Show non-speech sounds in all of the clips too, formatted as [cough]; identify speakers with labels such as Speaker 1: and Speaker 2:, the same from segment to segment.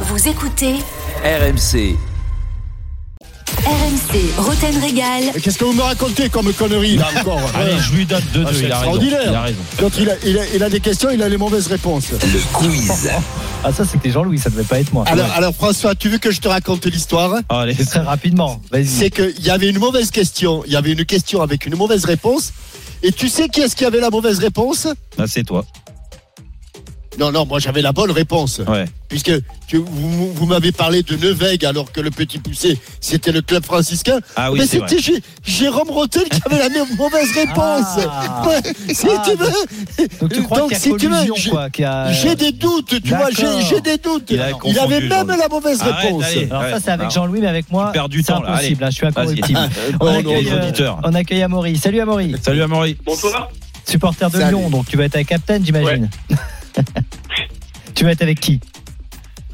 Speaker 1: Vous écoutez
Speaker 2: RMC.
Speaker 1: RMC Roten Régal.
Speaker 3: Qu'est-ce que vous me racontez comme connerie là encore
Speaker 4: Allez,
Speaker 3: Ouais.
Speaker 4: je lui donne 2-2.
Speaker 3: Ah, c'est
Speaker 4: il a raison. Il
Speaker 3: extraordinaire.
Speaker 4: a raison.
Speaker 3: Donc il a, il, a, il a des questions, il a les mauvaises réponses.
Speaker 2: Le quiz.
Speaker 5: Ah ça c'était Jean-Louis, ça devait pas être moi. [laughs]
Speaker 3: Alors, alors François, tu veux que je te raconte l'histoire
Speaker 4: Ah, Allez,
Speaker 5: Très rapidement, vas-y.
Speaker 3: C'est qu'il y avait une mauvaise question, il y avait une question avec une mauvaise réponse. Et tu sais qui est-ce qui avait la mauvaise réponse
Speaker 4: là, Ah, c'est toi.
Speaker 3: Non, non, moi j'avais la bonne réponse.
Speaker 4: Ouais.
Speaker 3: Puisque tu- vous, vous m'avez parlé de Neuveg alors que le petit poussé, c'était le club franciscain.
Speaker 4: Ah oui,
Speaker 3: Mais
Speaker 4: c'est vrai.
Speaker 3: c'était Jé- Jérôme Rotel qui avait la même mauvaise réponse.
Speaker 5: Ah.
Speaker 3: Ouais, si
Speaker 5: Ah,
Speaker 3: tu
Speaker 5: donc-
Speaker 3: veux,
Speaker 5: Donc tu crois
Speaker 3: Euh, donc,
Speaker 5: qu'il
Speaker 3: si
Speaker 5: y a
Speaker 3: tu veux,
Speaker 5: collusion
Speaker 3: j'ai-
Speaker 5: quoi qu'il y a-
Speaker 3: J'ai des doutes, tu vois, j'ai
Speaker 5: D'accord.
Speaker 3: j'ai des doutes.
Speaker 4: Euh, Il a
Speaker 3: Il
Speaker 4: confondu,
Speaker 3: avait même
Speaker 4: Jean-Louis.
Speaker 3: la mauvaise
Speaker 4: Arrête,
Speaker 3: réponse.
Speaker 4: allez.
Speaker 5: Alors
Speaker 4: Ouais,
Speaker 5: ça c'est avec
Speaker 4: non.
Speaker 5: Jean-Louis mais avec moi
Speaker 4: Tu perds du
Speaker 5: c'est
Speaker 4: temps, là. Allez.
Speaker 5: impossible, hein, je suis incorruptible.
Speaker 3: Oh,
Speaker 5: On
Speaker 3: non,
Speaker 5: accueille,
Speaker 3: les
Speaker 5: euh,
Speaker 4: auditeurs.
Speaker 5: on accueille Amaury. Salut Amaury,
Speaker 4: Salut Amaury.
Speaker 6: Bonsoir.
Speaker 5: supporter de
Speaker 3: Salut.
Speaker 5: Lyon, donc tu vas être avec Captain j'imagine. [laughs] tu vas être avec qui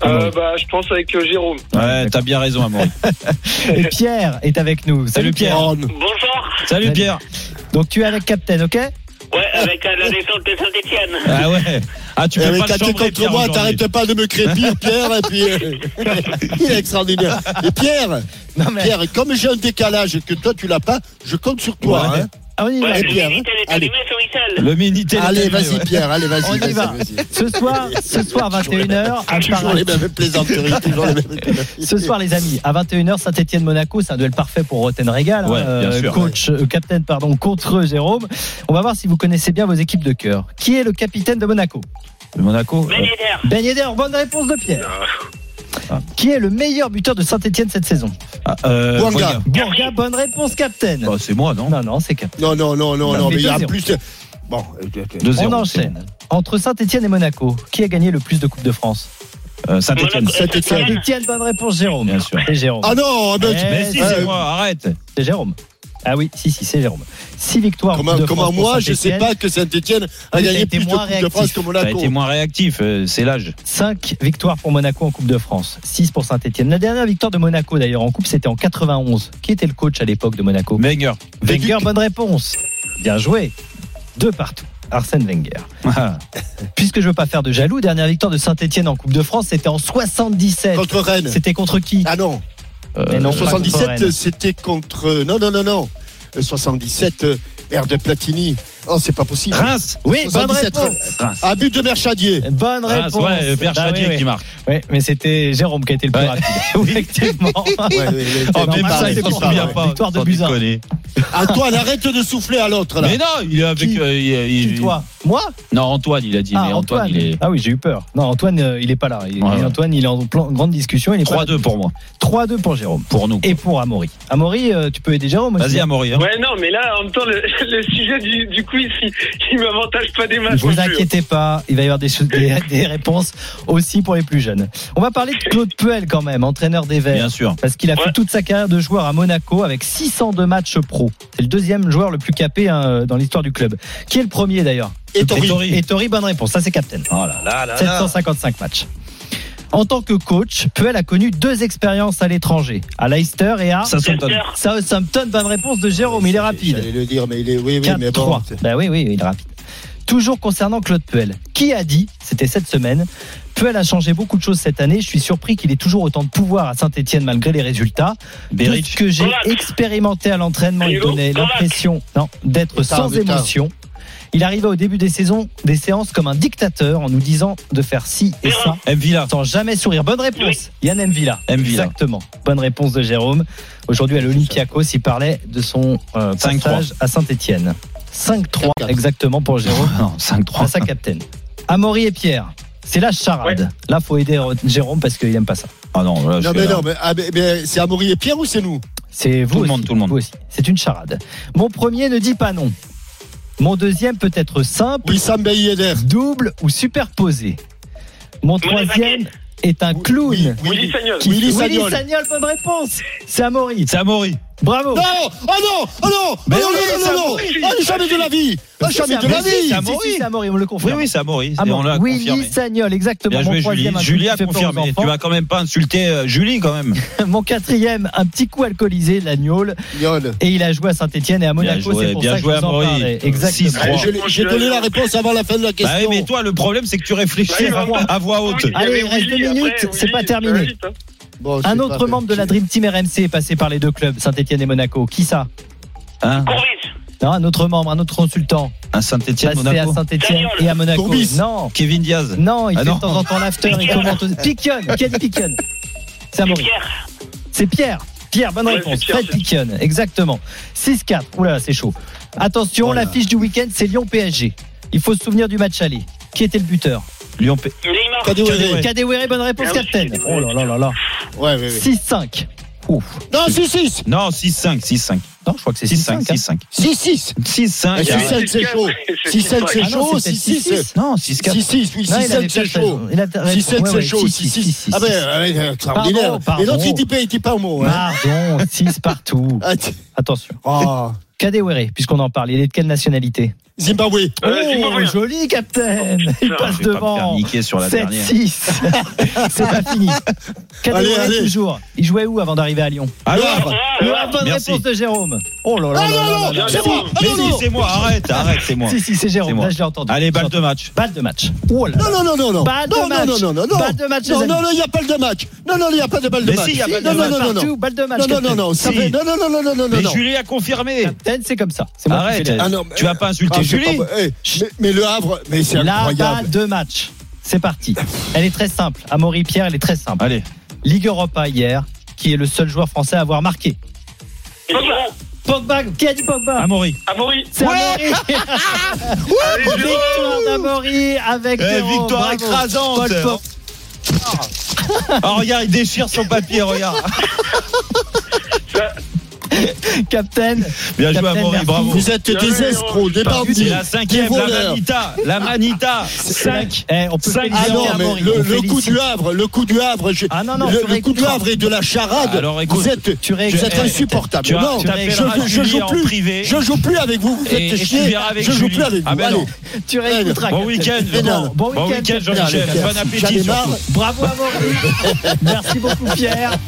Speaker 5: Ah
Speaker 6: Euh, bah, je pense avec euh, Jérôme.
Speaker 4: Ouais, t'as bien raison Amaury.
Speaker 5: Et Pierre est avec nous. Salut,
Speaker 4: Salut, Pierre.
Speaker 5: Pierre.
Speaker 3: Oh, non.
Speaker 6: Bonsoir.
Speaker 4: Salut
Speaker 5: Salut.
Speaker 4: Pierre.
Speaker 5: Donc tu es avec Captain, ok
Speaker 6: Ouais, avec euh, la descente de Saint-Etienne.
Speaker 4: Ah ouais. Ah tu peux
Speaker 3: Eh oui,
Speaker 4: pas
Speaker 3: quand
Speaker 4: le
Speaker 3: tu es
Speaker 4: chambrer,
Speaker 3: contre
Speaker 4: Pierre,
Speaker 3: moi,
Speaker 4: aujourd'hui.
Speaker 3: t'arrêtes pas de me
Speaker 4: [laughs]
Speaker 3: crépir, Pierre, et puis euh, il est extraordinaire. Et Pierre,
Speaker 5: Non mais
Speaker 3: Pierre, comme j'ai un décalage et que toi tu l'as pas, je compte sur toi.
Speaker 4: Ouais.
Speaker 3: hein.
Speaker 5: Ah, on y va.
Speaker 3: Ouais. Pierre, hein. Allez.
Speaker 6: sur Issel.
Speaker 4: Le Minitel. est
Speaker 3: Allez,
Speaker 4: allumé,
Speaker 3: vas-y,
Speaker 4: ouais.
Speaker 3: Pierre, allez, vas-y,
Speaker 5: On y
Speaker 3: vas-y,
Speaker 5: va.
Speaker 3: vas-y.
Speaker 5: Ce soir,
Speaker 4: [laughs]
Speaker 5: ce soir 21h à
Speaker 3: Toujours
Speaker 5: Paris.
Speaker 3: les mêmes plaisanteries, toujours les mêmes
Speaker 4: [laughs]
Speaker 3: plaisanteries.
Speaker 5: Ce soir, les amis, à 21h, Saint-Etienne-Monaco, c'est un duel parfait pour Roten Régal.
Speaker 4: Ouais, bien sûr.
Speaker 5: coach, euh, capitaine, pardon, contre Jérôme. On va voir si vous connaissez bien vos équipes de cœur. Qui est le capitaine de Monaco
Speaker 4: Monaco. euh,
Speaker 5: Ben Yedder, bonne réponse de Pierre.
Speaker 4: Ah.
Speaker 5: Qui est le meilleur buteur de Saint-Etienne cette saison
Speaker 4: ah, euh,
Speaker 3: Boanga.
Speaker 4: Boanga.
Speaker 5: Bourga, bonne réponse, capitaine.
Speaker 4: Bah, c'est moi non.
Speaker 5: Non, non, c'est capitaine.
Speaker 3: Non, non, non, non,
Speaker 5: Ça
Speaker 3: non,
Speaker 5: fait
Speaker 3: mais il y a
Speaker 5: 2-0.
Speaker 3: plus. de- Bon, euh, ok.
Speaker 4: 2-0.
Speaker 5: On enchaîne. Entre Saint-Etienne et Monaco, qui a gagné le plus de Coupes de France
Speaker 4: Euh, Saint-Étienne.
Speaker 3: Saint-Étienne.
Speaker 5: Saint-Etienne, bonne réponse, Jérôme.
Speaker 4: Bien sûr.
Speaker 5: Et Jérôme.
Speaker 3: Ah non, ben,
Speaker 5: Eh,
Speaker 4: Mais si
Speaker 3: Euh,
Speaker 4: c'est moi, arrête.
Speaker 5: C'est Jérôme. Ah oui, si, si, c'est Jérôme. Six victoires. en Coupe
Speaker 3: comment,
Speaker 5: de
Speaker 3: comment
Speaker 5: France pour
Speaker 3: moi, je sais
Speaker 5: Saint-Étienne,
Speaker 3: pas que Saint-Etienne a
Speaker 5: Oui, t'as
Speaker 3: gagné
Speaker 5: été
Speaker 3: plus de
Speaker 5: moins
Speaker 3: Coupe de France
Speaker 5: réactif.
Speaker 3: que
Speaker 4: T'as
Speaker 3: Monaco.
Speaker 4: été moins réactif, euh, c'est l'âge.
Speaker 5: 5 victoires pour Monaco en Coupe de France, 6 pour Saint-Etienne. La dernière victoire de Monaco d'ailleurs en Coupe, c'était en 91. Qui était le coach à l'époque de Monaco
Speaker 4: Wenger.
Speaker 5: Wenger, bonne réponse. Bien joué. Deux partout. Arsène Wenger.
Speaker 4: Ah,
Speaker 5: [laughs] Puisque je veux pas faire de jaloux, dernière victoire de Saint-Etienne en Coupe de France, c'était en 77.
Speaker 3: Contre Rennes.
Speaker 5: C'était contre qui
Speaker 3: Ah non,
Speaker 4: euh,
Speaker 5: Mais non,
Speaker 3: en
Speaker 5: pas contre
Speaker 3: 77,
Speaker 5: Rennes.
Speaker 3: c'était contre. Non, non, non, non. Euh, 77, euh, ère de Platini. Oh, c'est pas possible.
Speaker 4: Reims.
Speaker 5: Oui, bonne
Speaker 3: 77.
Speaker 5: réponse.
Speaker 3: À but de Merchadier.
Speaker 5: Bonne
Speaker 4: Reims,
Speaker 5: réponse.
Speaker 4: ouais, Pierre
Speaker 5: Ah oui,
Speaker 4: Chadier
Speaker 5: oui.
Speaker 4: qui marque.
Speaker 5: Ouais, mais c'était Jérôme qui a été le plus
Speaker 4: Ouais.
Speaker 5: rapide. [laughs] Oui, effectivement.
Speaker 3: Ouais, [laughs] ouais, ouais, c'est
Speaker 4: Oh, mais
Speaker 3: normal,
Speaker 4: ça, il
Speaker 3: c'est
Speaker 4: s'en
Speaker 3: normal.
Speaker 4: souvient pas.
Speaker 5: Victoire de
Speaker 4: sans
Speaker 5: Buzyn.
Speaker 4: déconner.
Speaker 3: Antoine, arrête de souffler à l'autre, là.
Speaker 4: Mais non, il est avec.
Speaker 5: Qui
Speaker 4: euh, il- [laughs] il-
Speaker 5: Qui, toi Moi
Speaker 4: Non, Antoine, il a dit.
Speaker 5: Ah,
Speaker 4: mais Antoine,
Speaker 5: Antoine.
Speaker 4: il est.
Speaker 5: Ah oui, j'ai eu peur. Non, Antoine, euh, il est pas là. Il-
Speaker 4: Ouais, ouais.
Speaker 5: Antoine, il est en plan- grande discussion. il est pas là.
Speaker 4: 3-2 pour moi.
Speaker 5: 3-2 pour Jérôme.
Speaker 4: Pour nous.
Speaker 5: Et pour Amaury. Amaury, euh, tu peux aider Jérôme aussi.
Speaker 4: Vas-y, Amaury. hein.
Speaker 6: Ouais, non, mais là, en même temps, le, [laughs] le sujet du, du quiz, il, il m'avantage pas des
Speaker 5: Ne
Speaker 6: masses.
Speaker 5: vous
Speaker 6: non plus.
Speaker 5: inquiétez pas, il va y avoir des, [laughs] choses- des, des réponses aussi pour les plus jeunes. On va parler de Claude Puel quand même, entraîneur des Verts.
Speaker 4: Bien sûr.
Speaker 5: Parce qu'il a fait
Speaker 6: Ouais.
Speaker 5: toute sa carrière de joueur à Monaco avec 602 matchs pro. C'est le deuxième joueur le plus capé hein, dans l'histoire du club. Qui est le premier d'ailleurs
Speaker 3: Et Tori.
Speaker 4: Tori.
Speaker 5: Et Tori, bonne réponse. Ça, c'est Captain.
Speaker 4: Oh là là là là.
Speaker 5: 755 matchs. En tant que coach, Puel a connu deux expériences à l'étranger, à Leicester et à
Speaker 4: Ça sonne
Speaker 6: Leicester.
Speaker 5: Southampton. Bonne réponse de Jérôme, il est rapide.
Speaker 3: J'allais le dire, mais il est. Oui, oui, mais
Speaker 5: 4-3.
Speaker 3: bon.
Speaker 5: Bah oui, oui, il est rapide. Toujours concernant Claude Puel, qui a dit, c'était cette semaine, Puel a changé beaucoup de choses cette année, je suis surpris qu'il ait toujours autant de pouvoir à Saint-Etienne malgré les résultats. Tout ce
Speaker 4: Berich.
Speaker 5: que j'ai
Speaker 6: Kovac.
Speaker 5: expérimenté à l'entraînement, il
Speaker 6: Hello,
Speaker 5: donnait
Speaker 6: Kovac.
Speaker 5: l'impression non, d'être
Speaker 3: Retard,
Speaker 5: sans
Speaker 3: retard.
Speaker 5: émotion. Il arrivait au début des saisons, des séances comme un dictateur en nous disant de faire ci et ça,
Speaker 4: M. Villa.
Speaker 5: sans jamais sourire. Bonne réponse, Yann Mvilla.
Speaker 4: M. Villa.
Speaker 5: Exactement. Bonne réponse de Jérôme. Aujourd'hui à l'Olympiakos, il parlait de son euh,
Speaker 4: 5-3.
Speaker 5: passage à Saint-Etienne. 5-3
Speaker 3: 4-4.
Speaker 5: exactement pour Jérôme.
Speaker 4: Non,
Speaker 5: à
Speaker 4: 5-3.
Speaker 5: sa capitaine. Amaury et Pierre. C'est la charade. Là, faut aider euh, Jérôme parce qu'il aime pas ça.
Speaker 4: Ah non, là, je
Speaker 3: Non,
Speaker 4: suis
Speaker 3: mais
Speaker 4: là.
Speaker 3: non, mais, ah, mais- mais c'est Amaury et Pierre ou c'est nous
Speaker 5: C'est vous
Speaker 4: Tout le
Speaker 5: aussi,
Speaker 4: monde, tout le monde.
Speaker 5: vous aussi. C'est une charade. Mon premier ne dit pas non. Mon deuxième peut être simple,
Speaker 3: Wissam Ben Yedder.
Speaker 5: double ou superposé. Mon troisième est un
Speaker 3: Oui,
Speaker 5: clown.
Speaker 3: oui, oui.
Speaker 6: Willy Sagnol.
Speaker 3: Willy
Speaker 5: Willy
Speaker 3: Sagnol.
Speaker 5: Sagnol, bonne réponse. C'est Amaury.
Speaker 4: C'est Amaury.
Speaker 5: Bravo.
Speaker 3: Non Oh non Oh non
Speaker 4: Mais
Speaker 3: Oh non,
Speaker 4: oui,
Speaker 3: non, non,
Speaker 4: c'est
Speaker 3: non,
Speaker 4: Amaury.
Speaker 3: non Ah, jamais de la vie
Speaker 4: oh,
Speaker 3: Ah, jamais de la
Speaker 5: Mais si,
Speaker 3: vie
Speaker 5: c'est
Speaker 4: Amaury.
Speaker 5: Si, si, c'est Amaury, on le
Speaker 4: Oui,
Speaker 5: confirme.
Speaker 4: oui, c'est Amaury.
Speaker 5: Ah
Speaker 4: c'est-
Speaker 5: bon,
Speaker 4: on l'a
Speaker 5: Willy
Speaker 4: confirmé.
Speaker 5: Sagnol, exactement.
Speaker 4: Bien
Speaker 5: mon
Speaker 4: joué, Julie.
Speaker 5: troisième, un truc
Speaker 4: Julie a
Speaker 5: qui fait peur aux
Speaker 4: confirmé.
Speaker 5: enfants.
Speaker 4: Tu vas quand même pas insulter euh, Julie, quand même.
Speaker 5: Mon quatrième, un petit coup alcoolisé, l'agnole.
Speaker 3: Guignol.
Speaker 5: Et il a joué à Saint-Etienne et à Monaco.
Speaker 4: joué,
Speaker 5: C'est pour
Speaker 4: bien
Speaker 5: ça que
Speaker 4: joué,
Speaker 5: je vous en
Speaker 4: Amaury.
Speaker 5: parlais. Exactement.
Speaker 4: 6-3.
Speaker 3: Allez, je- J'ai donné la réponse avant la fin de la
Speaker 4: Bah oui,
Speaker 3: question.
Speaker 4: mais toi, le problème, c'est que tu réfléchis
Speaker 6: Bah oui,
Speaker 4: à voix haute.
Speaker 6: Il y
Speaker 5: Allez,
Speaker 6: avait
Speaker 5: il reste
Speaker 6: Willy,
Speaker 5: deux
Speaker 6: après,
Speaker 5: minutes, c'est
Speaker 6: Willy,
Speaker 5: pas
Speaker 6: ça
Speaker 5: terminé.
Speaker 6: va vite, hein.
Speaker 3: Bon, c'est
Speaker 5: Un
Speaker 3: pas
Speaker 5: autre
Speaker 3: fait.
Speaker 5: membre de la Dream Team RMC est passé par les deux clubs, Saint-Etienne et Monaco. Qui ça
Speaker 4: Hein
Speaker 5: Non, un autre membre, un autre consultant.
Speaker 4: à Saint-Etienne,
Speaker 5: Passé Bah, à
Speaker 4: Monaco.
Speaker 5: Saint-Etienne et à Monaco.
Speaker 3: Courbis.
Speaker 5: Non,
Speaker 4: Kevin Diaz.
Speaker 5: non, il
Speaker 4: Ah
Speaker 5: fait
Speaker 4: non.
Speaker 5: de temps en temps l'after, il commente aussi. Piquion, qui a dit Piquion C'est Amaury. C'est Pierre. Pierre, bonne
Speaker 6: Ouais,
Speaker 5: réponse.
Speaker 6: c'est Pierre,
Speaker 5: Fred
Speaker 6: c'est-
Speaker 5: Piquion, exactement. 6-4. Oula, c'est chaud. Attention,
Speaker 3: Voilà.
Speaker 5: l'affiche du week-end, c'est Lyon-PSG. Il faut se souvenir du match aller. Qui était le buteur
Speaker 4: Lyon P.
Speaker 6: Neymar.
Speaker 3: Kadewere.
Speaker 5: Kadewere, bonne réponse,
Speaker 6: Ah oui,
Speaker 5: Captain.
Speaker 6: Kadewere.
Speaker 5: Oh là là là là.
Speaker 3: Ouais, ouais, ouais.
Speaker 5: 6-5. Ouf.
Speaker 3: Non, 6-6
Speaker 4: Non, 6-5, 6-5.
Speaker 5: Non, je crois que c'est hein.
Speaker 4: 6-5,
Speaker 5: 6-5.
Speaker 4: 6-5.
Speaker 3: 6-6
Speaker 4: 6-5.
Speaker 3: Ah,
Speaker 4: euh,
Speaker 3: 6-5, c'est chaud. 6-5, c'est
Speaker 5: Ah non,
Speaker 3: chaud.
Speaker 5: c'était
Speaker 3: 6-6
Speaker 4: Non, 6-4.
Speaker 3: 6-6, oui,
Speaker 5: Non, il avait
Speaker 3: 6-7, c'est
Speaker 5: peut-être
Speaker 3: chaud.
Speaker 5: raison. Il a peut-être raison.
Speaker 3: 6-7,
Speaker 5: Ouais,
Speaker 3: c'est
Speaker 5: ouais,
Speaker 3: chaud.
Speaker 5: si, si, si,
Speaker 3: 6-6.
Speaker 5: si,
Speaker 3: Ah
Speaker 5: si,
Speaker 3: ben,
Speaker 5: si.
Speaker 3: ouais, euh, extraordinaire.
Speaker 5: Pardon, Ah.
Speaker 3: Et l'autre,
Speaker 5: pardon.
Speaker 3: il dit pas- il dit pas un mot. hein.
Speaker 5: Pardon, 6 partout.
Speaker 3: Ah, t-
Speaker 5: Attention.
Speaker 3: ah.
Speaker 5: Kadewere, puisqu'on en parle, il est de quelle nationalité Oh,
Speaker 3: Zimbabwe.
Speaker 6: Euh, Zimbabwe.
Speaker 5: joli, Captain Il
Speaker 3: Oh,
Speaker 6: Putain,
Speaker 5: passe
Speaker 4: Je vais pas me faire
Speaker 5: devant.
Speaker 4: niquer sur la
Speaker 3: [laughs]
Speaker 4: dernière.
Speaker 5: 7-6. C'est pas fini.
Speaker 3: Allez,
Speaker 5: Kadewere
Speaker 3: allez.
Speaker 5: toujours. Il jouait où avant d'arriver à Lyon
Speaker 4: Alors,
Speaker 5: Ah,
Speaker 3: Loire.
Speaker 5: Le bonne
Speaker 4: merci.
Speaker 5: réponse de Jérôme. Oh là là.
Speaker 3: Ah
Speaker 5: là là là
Speaker 3: non,
Speaker 5: là
Speaker 3: non,
Speaker 5: là.
Speaker 3: c'est moi. Ah
Speaker 4: Mais
Speaker 3: non,
Speaker 4: si,
Speaker 3: non.
Speaker 4: c'est moi, arrête, arrête, c'est moi.
Speaker 5: [laughs] Si, si, c'est
Speaker 4: C'est
Speaker 5: Jérôme.
Speaker 4: moi.
Speaker 5: Là, je l'ai entendu.
Speaker 4: Allez, balle
Speaker 5: Je l'ai
Speaker 4: de match.
Speaker 5: entendu. Balle de match. Oh là.
Speaker 3: Non, non, non, non, non.
Speaker 5: Balle de
Speaker 3: non,
Speaker 5: match.
Speaker 3: non, non, non, non.
Speaker 5: Balle de match, les
Speaker 3: Non, non,
Speaker 5: amis.
Speaker 3: non, il n'y a pas le de match. Non, non, il n'y a pas de balle de
Speaker 4: Mais
Speaker 3: match.
Speaker 4: si, il y a balle de
Speaker 3: non,
Speaker 4: match
Speaker 3: non, non, non,
Speaker 5: Partout,
Speaker 3: non.
Speaker 5: balle de match.
Speaker 3: Non, non, non,
Speaker 5: Captain.
Speaker 3: non, ça
Speaker 4: Si.
Speaker 3: fait- non, non, non, non, non, non, non,
Speaker 4: Mais
Speaker 3: non.
Speaker 4: Julie a confirmé.
Speaker 5: Captain, Ah, c'est comme ça. C'est moi qui fais
Speaker 4: Arrête.
Speaker 5: les-
Speaker 3: Ah non, mais-
Speaker 4: Tu vas pas
Speaker 3: Ah,
Speaker 4: insulter
Speaker 3: c'est
Speaker 4: Julie
Speaker 3: pas- eh, mais- Mais le Havre, mais c'est
Speaker 5: La
Speaker 3: incroyable.
Speaker 5: balle de match. C'est parti. Elle est très simple. Amaury Pierre, elle est très simple.
Speaker 4: Allez,
Speaker 5: Ligue Europa hier, qui est le seul joueur français à avoir marqué.
Speaker 6: Ah,
Speaker 5: Pogba, qui a dit Pogba
Speaker 4: Amaury.
Speaker 6: Amaury.
Speaker 5: C'est Amaury. [laughs]
Speaker 6: Allez, Jérôme.
Speaker 5: Victoire d'Amaury avec
Speaker 4: Eh,
Speaker 5: Jérôme.
Speaker 4: victoire
Speaker 5: Bravo.
Speaker 4: écrasante.
Speaker 5: Paul Pogba.
Speaker 4: Ah, regarde, il déchire son papier, regarde.
Speaker 5: Captain.
Speaker 4: Bien joué,
Speaker 5: Captain,
Speaker 4: Amaury,
Speaker 5: merci.
Speaker 4: bravo.
Speaker 3: Vous êtes
Speaker 6: Bien
Speaker 3: des
Speaker 6: joué,
Speaker 3: escrocs, des
Speaker 4: C'est
Speaker 3: bandits,
Speaker 4: la
Speaker 3: des
Speaker 4: cinquième, la
Speaker 3: voleurs.
Speaker 4: Manita. La Manita. 5.
Speaker 5: Cinq. Eh, on peut
Speaker 4: Cinq.
Speaker 5: féliciter
Speaker 3: Ah non,
Speaker 5: Amaury.
Speaker 3: mais
Speaker 5: On
Speaker 3: le, le coup
Speaker 5: félicite.
Speaker 3: du Havre, le coup du Havre, je-
Speaker 5: Ah non, non,
Speaker 3: le,
Speaker 5: tu
Speaker 3: le coup du
Speaker 5: réécouteras.
Speaker 3: Havre et de la charade.
Speaker 4: Alors, écoute,
Speaker 3: vous êtes,
Speaker 5: tu ré-
Speaker 3: vous êtes
Speaker 5: eh,
Speaker 3: insupportable.
Speaker 4: tu as-
Speaker 3: non,
Speaker 4: tu
Speaker 3: je,
Speaker 4: appelleras
Speaker 3: je- je
Speaker 4: Julie
Speaker 3: joue
Speaker 4: en
Speaker 3: plus.
Speaker 4: privé.
Speaker 3: Je joue plus avec vous. Vous
Speaker 4: Et-
Speaker 3: faites
Speaker 4: et tu
Speaker 3: chier.
Speaker 4: verras avec
Speaker 3: Je joue
Speaker 4: Julie.
Speaker 3: plus avec vous.
Speaker 4: Ah ben
Speaker 3: Allez.
Speaker 4: non.
Speaker 5: Tu réécouteras.
Speaker 4: Bon
Speaker 5: Ah, Captain.
Speaker 4: week-end.
Speaker 5: Bon, bon
Speaker 4: Bon
Speaker 5: week-end.
Speaker 4: week-end, Jean-Michel.
Speaker 3: Allez,
Speaker 4: Bon appétit.
Speaker 3: J'en ai marre.
Speaker 4: surtout.
Speaker 5: Bravo Amaury. Merci beaucoup Pierre.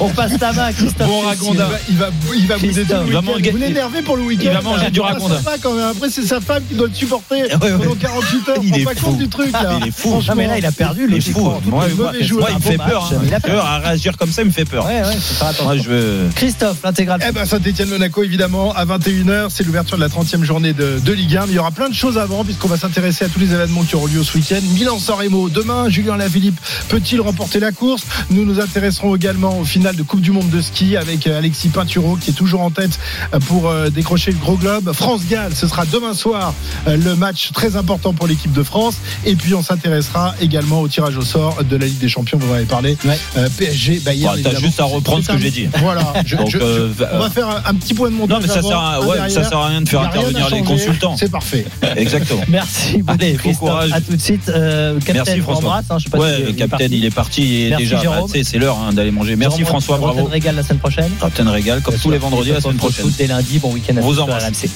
Speaker 5: On passe ta main à Christophe.
Speaker 4: Bon ragondin.
Speaker 7: Il va, bou- il va bouder tout
Speaker 5: Christophe,
Speaker 7: le
Speaker 4: il va
Speaker 7: week-end.
Speaker 4: manger-
Speaker 7: Vous l'énervez pour le week-end.
Speaker 4: il va manger du
Speaker 7: Ah,
Speaker 4: ragondin.
Speaker 7: c'est pas quand même. Après, c'est sa femme qui doit le
Speaker 4: [laughs]
Speaker 7: supporter
Speaker 4: ouais.
Speaker 7: pendant 48 heures.
Speaker 4: Il
Speaker 7: Prends
Speaker 4: est
Speaker 7: pas
Speaker 4: fou. Ah,
Speaker 7: compte du truc. Là.
Speaker 4: Il est fou.
Speaker 7: Franchement.
Speaker 5: Non mais là il a perdu
Speaker 4: Il est
Speaker 5: le
Speaker 4: faux. Moi,
Speaker 7: les
Speaker 4: moi,
Speaker 7: mauvais
Speaker 4: moi,
Speaker 7: joueurs,
Speaker 4: il me
Speaker 5: un
Speaker 4: fait
Speaker 5: bon
Speaker 4: peur.
Speaker 5: match,
Speaker 4: hein.
Speaker 5: mais il a
Speaker 4: Peur à réagir comme ça, il me fait peur.
Speaker 5: Ouais, ouais, faut faire attention.
Speaker 4: Moi, je veux.
Speaker 5: Christophe, l'intégral.
Speaker 7: Eh ben, Saint-Etienne-Monaco, évidemment, à 21h, c'est l'ouverture de la 30e journée de, de Ligue 1. Mais il y aura plein de choses avant, puisqu'on va s'intéresser à tous les événements qui auront lieu ce week-end. Milan-San Remo, demain, Julien Lafilippe peut-il remporter la course Nous nous intéresserons également au final de Coupe du Monde de ski avec euh, Alexis Pinturo, qui est toujours en tête euh, pour euh, décrocher le gros globe. France-Galles, ce sera demain soir euh, le match très important pour l'équipe de France. Et puis, on s'intéressera également au tirage au sort de la Ligue des Champions, vous en avez parlé.
Speaker 5: Ouais.
Speaker 7: Euh, PSG, Bayern.
Speaker 4: Bah, t'as
Speaker 7: évidemment.
Speaker 4: juste à reprendre
Speaker 7: C'est
Speaker 4: ce que
Speaker 7: un-
Speaker 4: j'ai dit.
Speaker 7: Voilà. Je-
Speaker 4: Donc,
Speaker 7: je- je-
Speaker 4: euh, va-
Speaker 7: on va faire un, un petit point de montage.
Speaker 4: Non, mais ça
Speaker 7: avant,
Speaker 4: sert, à,
Speaker 7: un
Speaker 4: ouais,
Speaker 7: derrière.
Speaker 4: ça sert à rien de
Speaker 7: Il
Speaker 4: faire
Speaker 7: y a rien
Speaker 4: intervenir
Speaker 7: à
Speaker 4: les
Speaker 7: changer.
Speaker 4: consultants.
Speaker 7: C'est parfait.
Speaker 4: Exactement.
Speaker 5: Merci beaucoup
Speaker 4: Allez, bon
Speaker 5: Christophe.
Speaker 4: courage.
Speaker 5: À tout de suite. Euh, Captain,
Speaker 4: Merci,
Speaker 5: on
Speaker 4: François.
Speaker 5: t'embrasse, hein, je sais pas si
Speaker 4: Ouais,
Speaker 5: il est
Speaker 4: le capitaine,
Speaker 5: parti.
Speaker 4: il est parti
Speaker 5: Merci,
Speaker 4: déjà.
Speaker 5: Jérôme.
Speaker 4: Bah, tu sais, c'est l'heure hein, d'aller manger. Merci
Speaker 5: Jérôme,
Speaker 4: François,
Speaker 5: on te
Speaker 4: bravo.
Speaker 5: régale la semaine prochaine.
Speaker 4: Captain Régal, comme tous les vendredis la semaine prochaine.
Speaker 5: Dès lundi, bon week-end à
Speaker 4: On vous
Speaker 5: tous sur
Speaker 4: embrasse.
Speaker 5: RMC.